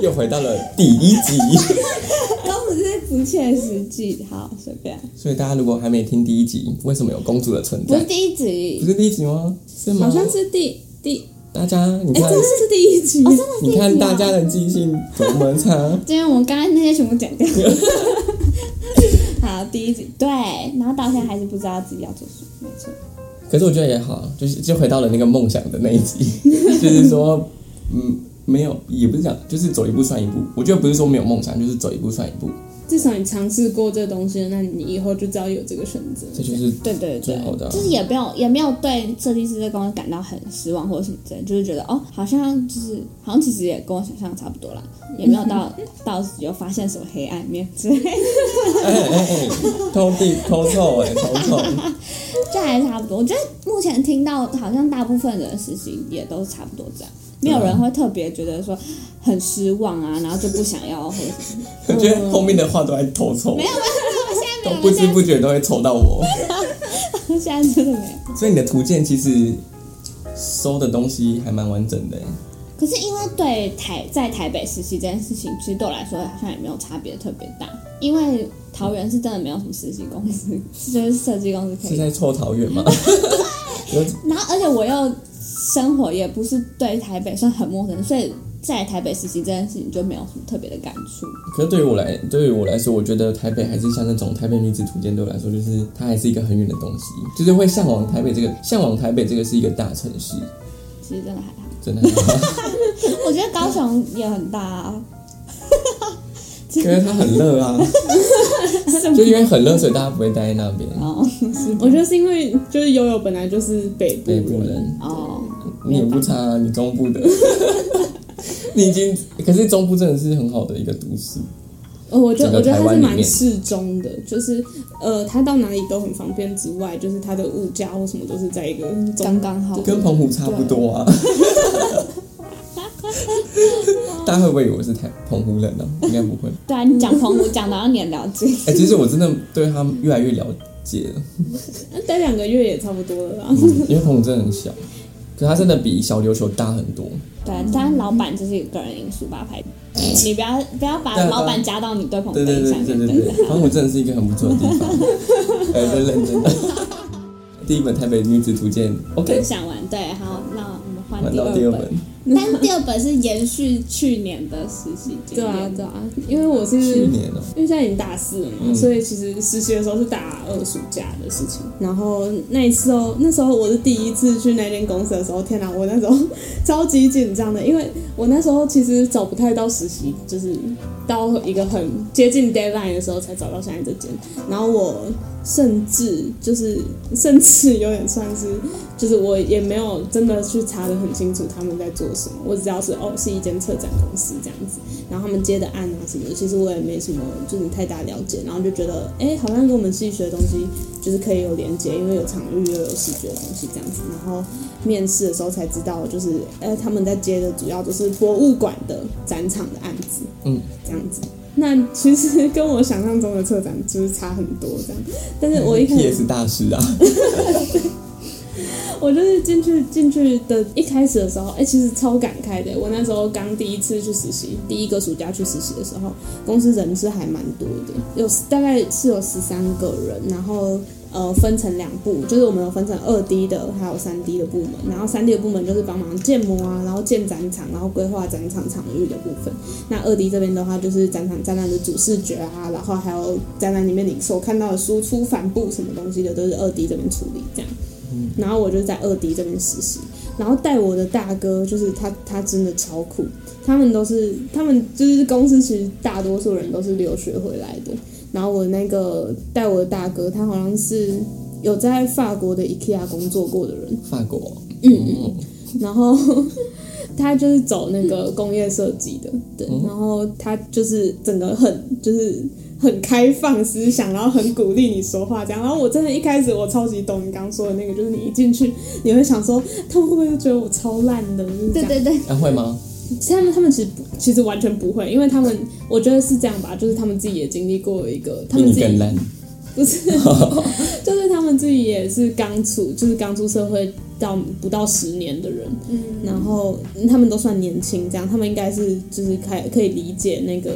又回到了第一集， [LAUGHS] 根本就是不切实际。好，随便，所以大家如果还没听第一集，为什么有公主的存不是在？第一不集，是第一集吗？是吗？好像是第第，大家，你哎、看哦真，的是第一集，你看大家的记性多么差。今天我们刚刚那些全部讲 [LAUGHS] 掉。好，第一集对，然后到现在还是不知道自己要做什么，没错，可是我觉得也好，就是就回到了那个梦想的那一集，就是说，嗯，没有，也不是讲，就是走一步算一步。我觉得不是说没有梦想，就是走一步算一步，至少你尝试过这东西，那你以后就知道有这个选择。这就是对对对最好的啊，就是也没有也没有对设计师这工作感到很失望或者什么之类，就是觉得哦，好像就是好像其实也跟我想象的差不多 [LAUGHS] 啦，也没有到到有发现什么黑暗面之类的。哎哎哎，偷地偷臭哎、偷臭。这还差不多。我觉得目前听到好像大部分人实习也都是差不多这样，没嗯有人会特别觉得说很失望啊，然后就不想要或者什么。我觉得后面的话都在偷臭，没有，没有都不知不觉都会抽到我。 [LAUGHS] 现在真的没有。所以你的图鉴其实收的东西还蛮完整的耶，可是因为对台在台北实习这件事情，其实对我来说好像也没有差别特别大，因为桃园是真的没有什么实习公司，就是设计公司可是以。在臭桃园吗？然后，而且我又生活也不是对台北算很陌生，所以在台北实习这件事情就没有什么特别的感触。可是对于我来，对于我来说，我觉得台北还是像那种台北女子图鉴，对我来说，就是它还是一个很远的东西，就是会向往台北这个，向往台北这个是一个大城市，其实真的还好，真的很好，我觉得高雄也很大 [LAUGHS] 啊。因为它很热啊，就因为很热，所以大家不会待在那边。哦我觉得是因为就是悠悠本来就是北部北人，部人，哦，你也不差、啊，你中部的，你已经，可是中部真的是很好的一个都市，呃我觉得整我个觉台得它湾是里面蛮适中的，就是呃，它到哪里都很方便之外，就是它的物价或什么都是在一个中刚刚好。跟澎湖差不多啊。大家会不会以为我是台澎湖人呢、应该不会。 [LAUGHS] 对啊，你讲澎湖讲到你也了解，哎、其实我真的对他们越来越了解了，那待两个月也差不多了啦。嗯因为澎湖真的很小，可它真的比小琉球大很多。对啊，当然老板就是一个人因素吧，排，你不要不要把对啊老板加到你对澎湖对的对印对象里对对面。对，澎湖真的是一个很不错的地 [LAUGHS] 方。哎、真认真的。第一本《台北女子图鉴》，OK，分享完，对，好，那我们换玩第到第二二本本。，但第二本是延续去年的实习经对啊验，，对啊，因为我是去年哦、因为现在已经大四了嘛，嗯所以其实实习的时候是打二暑假的事情。然后那一次哦，那时候我是第一次去那间公司的时候，天哪，我那时候 [LAUGHS] 超级紧张的，因为我那时候其实找不太到实习，就是到一个很接近 deadline 的时候才找到现在这间。然后我甚至就是 [LAUGHS] 甚至有点算是，就是我也没有真的去查得很清楚他们在做什么，我只知道是哦是一间策展公司这样子。然后他们接的案啊什么的，其实我也没什么就是太大了解，然后就觉得哎，诶好像跟我们自己学的东西就是可以有连接，因为有场域又有视觉的东西这样子。然后面试的时候才知道，就是哎他们在接的主要都是博物馆的展场的案子，嗯，这样子。那其实跟我想象中的策展就是差很多这样，但嗯是我一开始 PS 大师啊， [LAUGHS] 我就是进去进去的一开始的时候，哎、其实超感慨的。我那时候刚第一次去实习，第一个暑假去实习的时候，公司人是还蛮多的，有大概是有十三个人，然后呃分成两部，就是我们有分成二 D 的还有三 D 的部门，然后三 D 的部门就是帮忙建模啊，然后建展场，然后规划展场场域的部分。那二 D 这边的话，就是展场展览的主视觉啊，然后还有展览里面你所看到的输出帆布什么东西的，都是二 D 这边处理这样。然后我就在二迪这边实习，然后带我的大哥，就是他，他真的超酷。他们都是，他们就是公司其实大多数人都是留学回来的。然后我那个带我的大哥，他好像是有在法国的 IKEA 工作过的人，法国，哦嗯，然后 [LAUGHS] 他就是走那个工业设计的，对，然后他就是整个很就是很开放思想，然后很鼓励你说话这样。然后我真的一开始我超级懂你刚说的那个，就是你一进去你会想说他们会不会觉得我超烂的，就是这对样。对对，啊会吗？其实他们他们其实不其实完全不会，因为他们我觉得是这样吧，就是他们自己也经历过一个，他比们你自己更烂，[LAUGHS] 不是，就是他们自己也是刚出，就是刚出社会到不到十年的人，嗯，然后嗯他们都算年轻，这样他们应该是就是开可以理解那个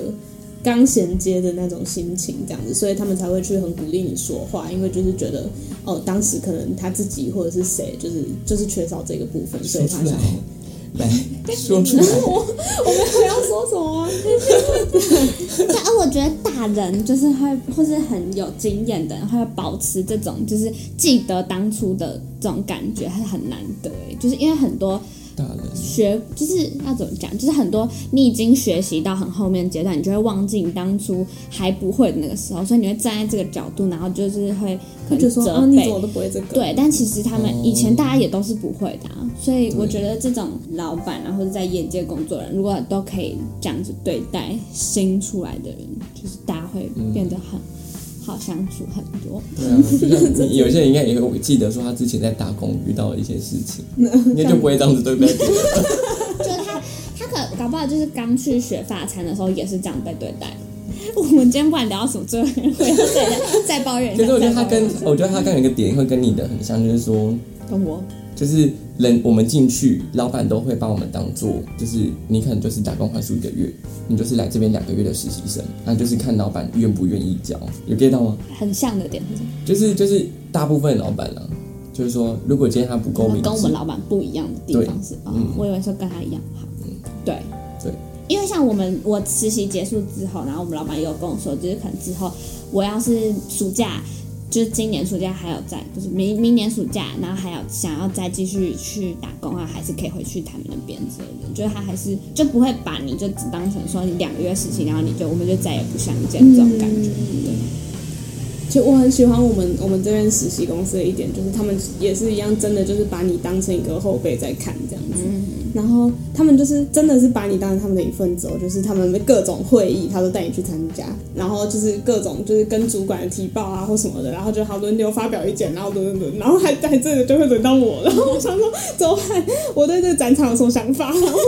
刚衔接的那种心情，这样子，所以他们才会去很鼓励你说话，因为就是觉得哦，当时可能他自己或者是谁，就是就是缺少这个部分，所以说他出 [LAUGHS] 想来，啊来说出来，我要说什 [LAUGHS] 么啊、但而我觉得大人就是会或是很有经验的人，会保持这种就是记得当初的这种感觉，还是很难得诶，就是因为很多大 [LAUGHS] 人。学就是要怎么讲，就是很多你已经学习到很后面阶段，你就会忘记你当初还不会的那个时候，所以你会站在这个角度，然后就是会他可能就说责 [LAUGHS] 啊，你备。怎么都不会这个，对，但其实他哦们以前大家也都是不会的、啊，所以我觉得这种老板啊，或者在业界工作的人，如果都可以这样子对待新出来的人，就是大家会嗯变得很好相处很多。对啊，就像你有些人应该也会记得说他之前在打工遇到的一些事情，应该就不会这样子对待别人。就是他，他可搞不好就是刚去学法餐的时候也是这样被对待。 [LAUGHS] 我们今天不管聊到什么，最后会再再抱怨一可下。是我觉得他再抱怨跟我觉得他跟有一个点会跟你的很像，就是说，跟我就是人我们进去，老板都会把我们当做就是你可能就是打工换宿一个月，你就是来这边两个月的实习生，那就是看老板愿不愿意教，有 get 到吗？很像的点，很像就是就是大部分的老板啊，就是说如果今天他不够明跟我智们，老板不一样的地方是，哦嗯，我以为说跟他一样好，对对，因为像我们我实习结束之后，然后我们老板也有跟我说，就是可能之后我要是暑假。就是今年暑假还有在，就是明明年暑假，然后还有想要再继续去打工啊，还是可以回去他们那边之类的。就是他还是就不会把你就只当成说你两个月实习，然后你就我们就再也不相见这种感觉。对，其实我很喜欢我们我们这边实习公司的一点，就是他们也是一样，真的就是把你当成一个后辈在看这样子。然后他们就是真的是把你当成他们的一份子哦，就是他们各种会议他都带你去参加，然后就是各种就是跟主管提报啊或什么的，然后就好轮流发表意见，然后轮轮轮，然后还还真的就会轮到我了，然后我想说怎么办？我对这个展场有什么想法？然后我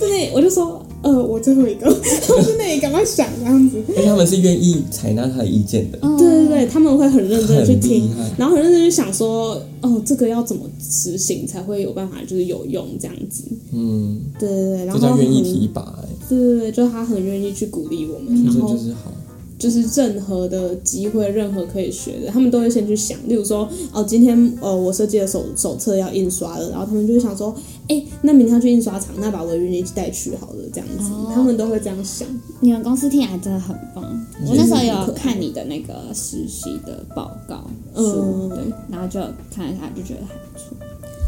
就真的我就说呃我最后一个， [LAUGHS] 我真的也赶快想这样子。因为他们是愿意采纳他的意见的，对对对，他们会很认嗯真的去很厉听害，然后很认真地去想说，哦，这个要怎么执行才会有办法，就是有用这样子。嗯，对对对，然这后叫很愿意提拔、欸，对对对，就他很愿意去鼓励我们，这然后就是好。就是任何的机会，任何可以学的，他们都会先去想。例如说，哦，今天呃我设计的手手册要印刷了，然后他们就会想说，哎，那明天要去印刷厂，那把围裙一起带去好了，这样子，哦他们都会这样想。你们公司听起来真的很棒。我那时候有看你的那个实习的报告书，嗯对，然后就看了一下，就觉得还不错。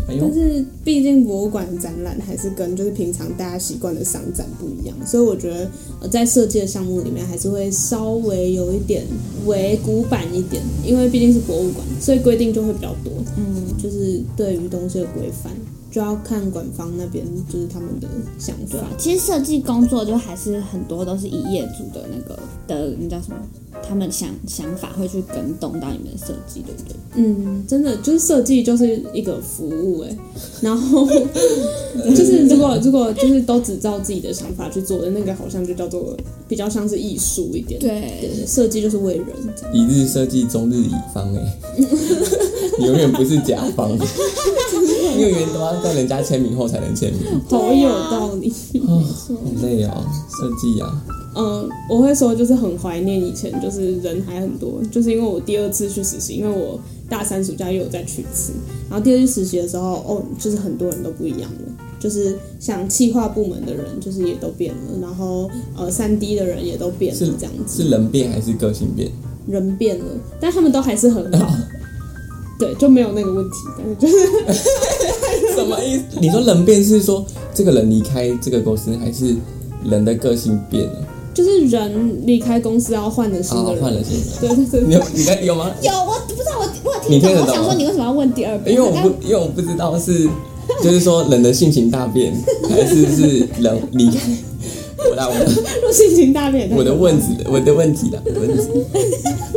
哎呦但，是毕竟博物馆展览还是跟就是平常大家习惯的商展不一样，所以我觉得呃在设计的项目里面还是会稍微有一点为古板一点，因为毕竟是博物馆，所以规定就会比较多。嗯，就是对于东西的规范，就要看馆方那边就是他们的想法对。啊，其实设计工作就还是很多都是以业主的那个的，你叫什么？他们想想法会去跟动到你们的设计，对不对？嗯，真的就是设计就是一个服务哎、然后 [LAUGHS] 就是如果如果就是都只照自己的想法去做的那个，好像就叫做比较像是艺术一点。对，对设计就是为人这样。一日设计，终日乙方、哎，你永远不是甲方，因为员都要在人家签名后才能签名，好有道理。很累哦，设计啊，嗯，我会说就是很怀念以前，就是人还很多，就是因为我第二次去实习，因为我大三暑假又有再去一次，然后第二次实习的时候，哦，就是很多人都不一样了。就是像企划部门的人，就是也都变了，然后呃，三 D 的人也都变了，是这样子是人变还是个性变？ [LAUGHS] 人变了，但他们都还是很好，啊对，就没有那个问题。但是就是什么意思？你说人变是说这个人离开这个公司，还是人的个性变了？就是人离开公司要换的新的哦，人，换了新人。对对对你有你在有吗？有我不知道，我我有你听听得懂，我懂想吗说你为什么要问第二遍？因为我刚不，因为我不知道是，就是说人的性情大变，还是是人离开。我啦，我的性情大变也太我的问子，我的问题啦，我的问题。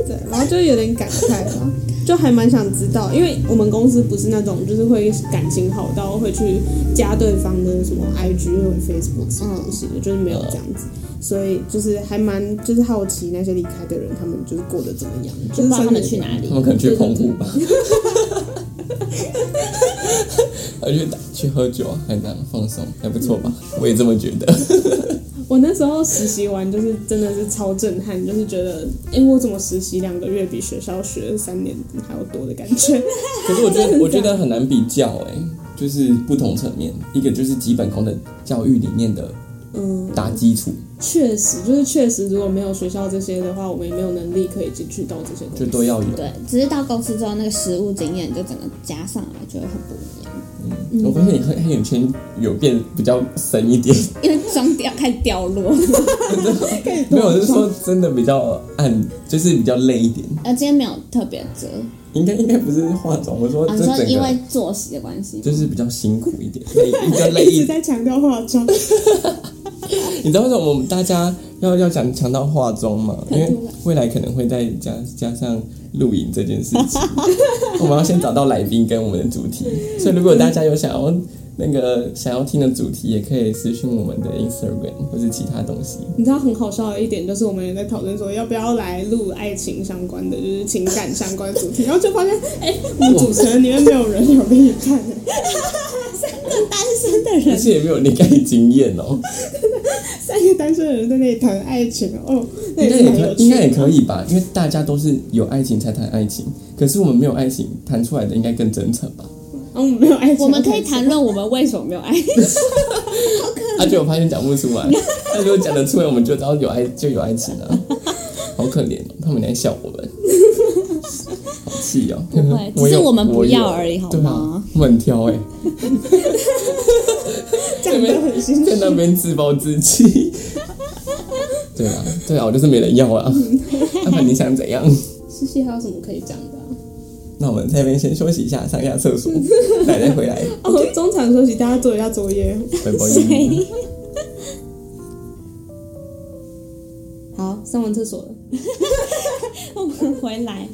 对，然后就有点感慨吧，就还蛮想知道，因为我们公司不是那种就是会感情好到会去加对方的什么 IG 或者 Facebook 什么东西的，就是没有这样子，所以就是还蛮就是好奇那些离开的人，他们就是过得怎么样，就是就不知道他算们是去哪里他。们可能去澎湖吧，而去打去喝酒啊，还蛮放松，还不错吧？我也这么 [LAUGHS] 觉得。我那时候实习完，就是真的是超震撼，就是觉得，哎、我怎么实习两个月比学校学三年还要多的感觉？可是我觉得，我觉得很难比较哎、就是不同层面，一个就是基本功的教育里面的嗯，打基础， [LAUGHS] 确实，就是确实，如果没有学校这些的话，我们也没有能力可以进去到这些东西。就都要有。对，只是到公司之后，那个实务经验就整个加上来，就会很不一样。我发现你黑黑眼圈有变比较深一点，因为妆掉开始掉 [LAUGHS] 落，没有，我是说真的比较暗，就是比较累一点。呃，今天没有特别折。应该应该不是化妆，我说啊，这你说整因为个作息的关系吗，就是比较辛苦一点，累比较累一一直点。在强调化妆，你知道为什么我们大家要要讲强调化妆吗？因为未来可能会再加加上露营这件事情，我们要先找到来宾跟我们的主题。所以如果大家有想要那个想要听的主题，也可以私讯我们的 Instagram 或是其他东西。你知道很好笑的一点就是，我们也在讨论说要不要来录爱情相关的，就是情感相关的主题，然后就发现，哎、我们主持人里面没有人有另一半，身的而人，且也没有恋爱经验哦， [LAUGHS] 三个单身的人在那里谈爱情哦，那应该也是也蛮可有应趣该也的。可以吧，因为大家都是有爱情才谈爱情，可是我们没有爱情谈出来的应该更真诚吧？哦我们没有爱情， [LAUGHS] 我们可以谈论我们为什么没有爱情。 [LAUGHS] 他就我发现讲不出来， [LAUGHS] 他如果讲得出来，我们就知道有爱就有爱情了、 [LAUGHS] 好可怜哦，他们来笑我们，好气哦！不 [LAUGHS] 有会只是我们不要我有而已好对啊吗，我很挑哎、讲的很心在虚。那边自暴自 [LAUGHS] 弃。对啊，对啊，我就是没人要啊。那么你想怎样？实习还有什么可以讲的啊、那我们在那边先休息一下，上一下厕 [LAUGHS] 所，奶奶回来，哦，中场休息，大家做一下作业。拜所拜。 [LAUGHS] 以好，上完厕所了， [LAUGHS] 我们回来，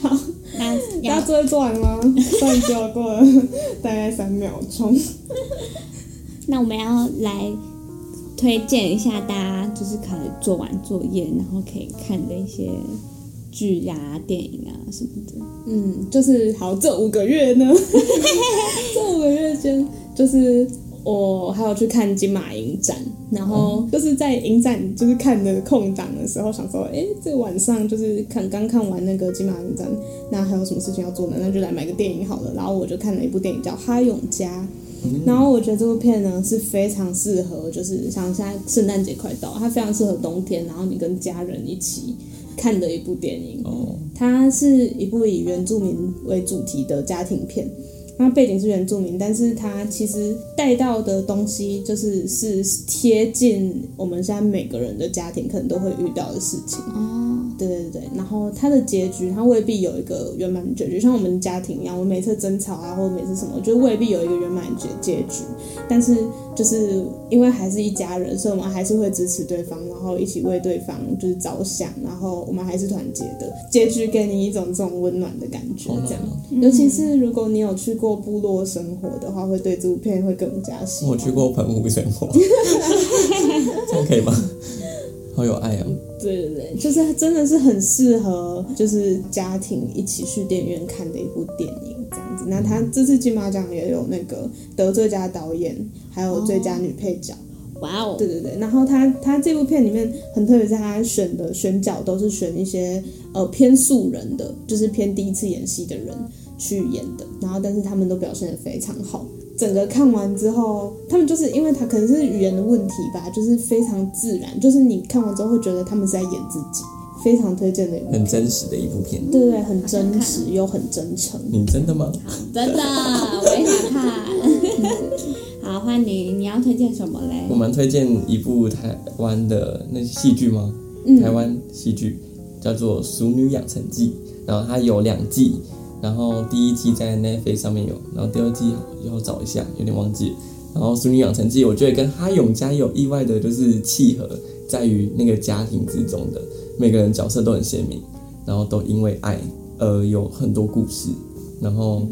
好， [LAUGHS] 那大家要作业做完了吗？上一周过了大概三秒钟。那我们要来推荐一下大家，就是可以做完作业，然后可以看的一些剧啊、电影啊什么的。嗯，就是好，这五个月呢， [LAUGHS] 这五个月间，就是我还有去看金马影展，然后就是在影展就是看的空档的时候，想说，诶，这晚上就是看刚看完那个金马影展，那还有什么事情要做呢？那就来买个电影好了。然后我就看了一部电影叫《哈永家》。然后我觉得这部片呢是非常适合，就是像现在圣诞节快到，它非常适合冬天，然后你跟家人一起看的一部电影。哦，它是一部以原住民为主题的家庭片，那背景是原住民，但是它其实带到的东西就是是贴近我们现在每个人的家庭可能都会遇到的事情。哦，对对对，然后它的结局，它未必有一个圆满的结局，像我们家庭一样，我们每次争吵啊，或者每次什么，就未必有一个圆满的结结局。但是就是因为还是一家人，所以我们还是会支持对方，然后一起为对方就是着想，然后我们还是团结的。结局给你一种这种温暖的感觉，这样。尤其是如果你有去过部落生活的话，会对这部片会更加喜欢。我去过澎湖生 [LAUGHS] 活，这样可以吗？好有爱哦！对对对，就是它真的是很适合，就是家庭一起去电影院看的一部电影这样子。那他这次金马奖也有那个得最佳导演，还有最佳女配角。哇哦，对对对，然后他他这部片里面很特别，是他选的选角都是选一些呃偏素人的，就是偏第一次演戏的人去演的，然后但是他们都表现得非常好。整个看完之后，他们就是因为他可能是语言的问题吧，就是非常自然，就是你看完之后会觉得他们是在演自己，非常推荐的一部很真实的一部片。对对对，很真实又很真诚。你真的吗？真的，我也想看。好，欢迎你要推荐什么嘞？ [LAUGHS] 我蛮推荐一部台湾的那戏剧吗？台湾戏剧叫做《熟女养成记》，然后它有两季，然后第一季在 Netflix 上面有，然后第二季要找一下，有点忘记了。然后《熟女养成记》，我觉得跟哈永家有意外的就是契合，在于那个家庭之中的每个人角色都很鲜明，然后都因为爱而有很多故事，然后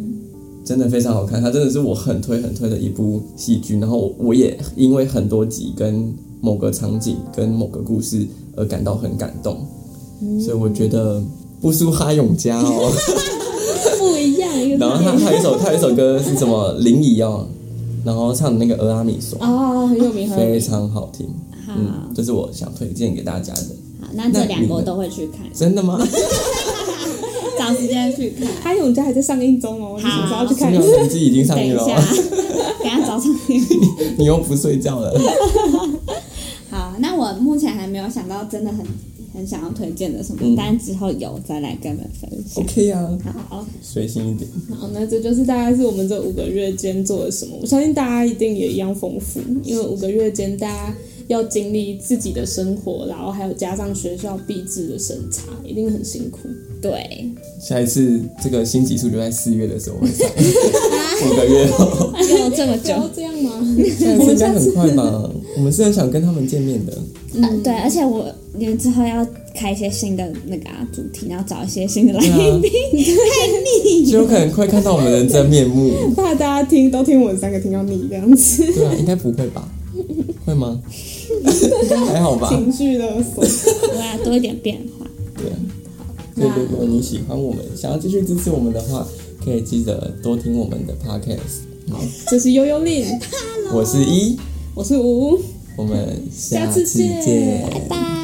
真的非常好看，它真的是我很推很推的一部戏剧。然后我我也因为很多集跟某个场景跟某个故事而感到很感动，嗯所以我觉得不输哈永 [LAUGHS] 家哦。不一样，一然后他还有一首他有一首歌是什么林怡哦，然后唱的那个《俄阿米索》，啊哦，很有名，很有非名。常好听。好，嗯，这是我想推荐给大家的。好，那这两个我都会去看，真的 [LAUGHS] 吗？ [LAUGHS] 找时间去看。他永啊家还在上映中哦，你什么时候要去《看妙？成绩已经上等映一了下哦，， [LAUGHS] 等一下早上你。 [LAUGHS] 你又不睡觉了。好，那我目前还没有想到真的很很想要推荐的什么，嗯但之后有再来跟你们分享。 OK 啊，好，随心一点。好，那这就是大概是我们这五个月间做了什么。我相信大家一定也一样丰富，因为五个月间大家要经历自己的生活，然后还有加上学校必制的审查，一定很辛苦。对，下一次这个新集数就在四月的时候会 [LAUGHS] 上，五个月后，又这么不久，要这样吗？ [LAUGHS] 下一次应该很快吧？ [LAUGHS] 我们是很想跟他们见面 [LAUGHS] 的，呃对，而且我你们之后要开一些新的那个、啊、主题，然后找一些新的来宾，啊就有可能快看到我们的真面目。怕大家听都听我们三个听到腻这样子，对啊，应该不会吧？会 [LAUGHS] 吗？应该还好吧？情绪勒索。 [LAUGHS] 啊 [LAUGHS] 我要多一点变化。对啊。所以如果你喜欢我们，想要继续支持我们的话，可以记得多听我们的 podcast，好，这是悠悠令，我是一，我是五，我们下下次次见，见，拜拜。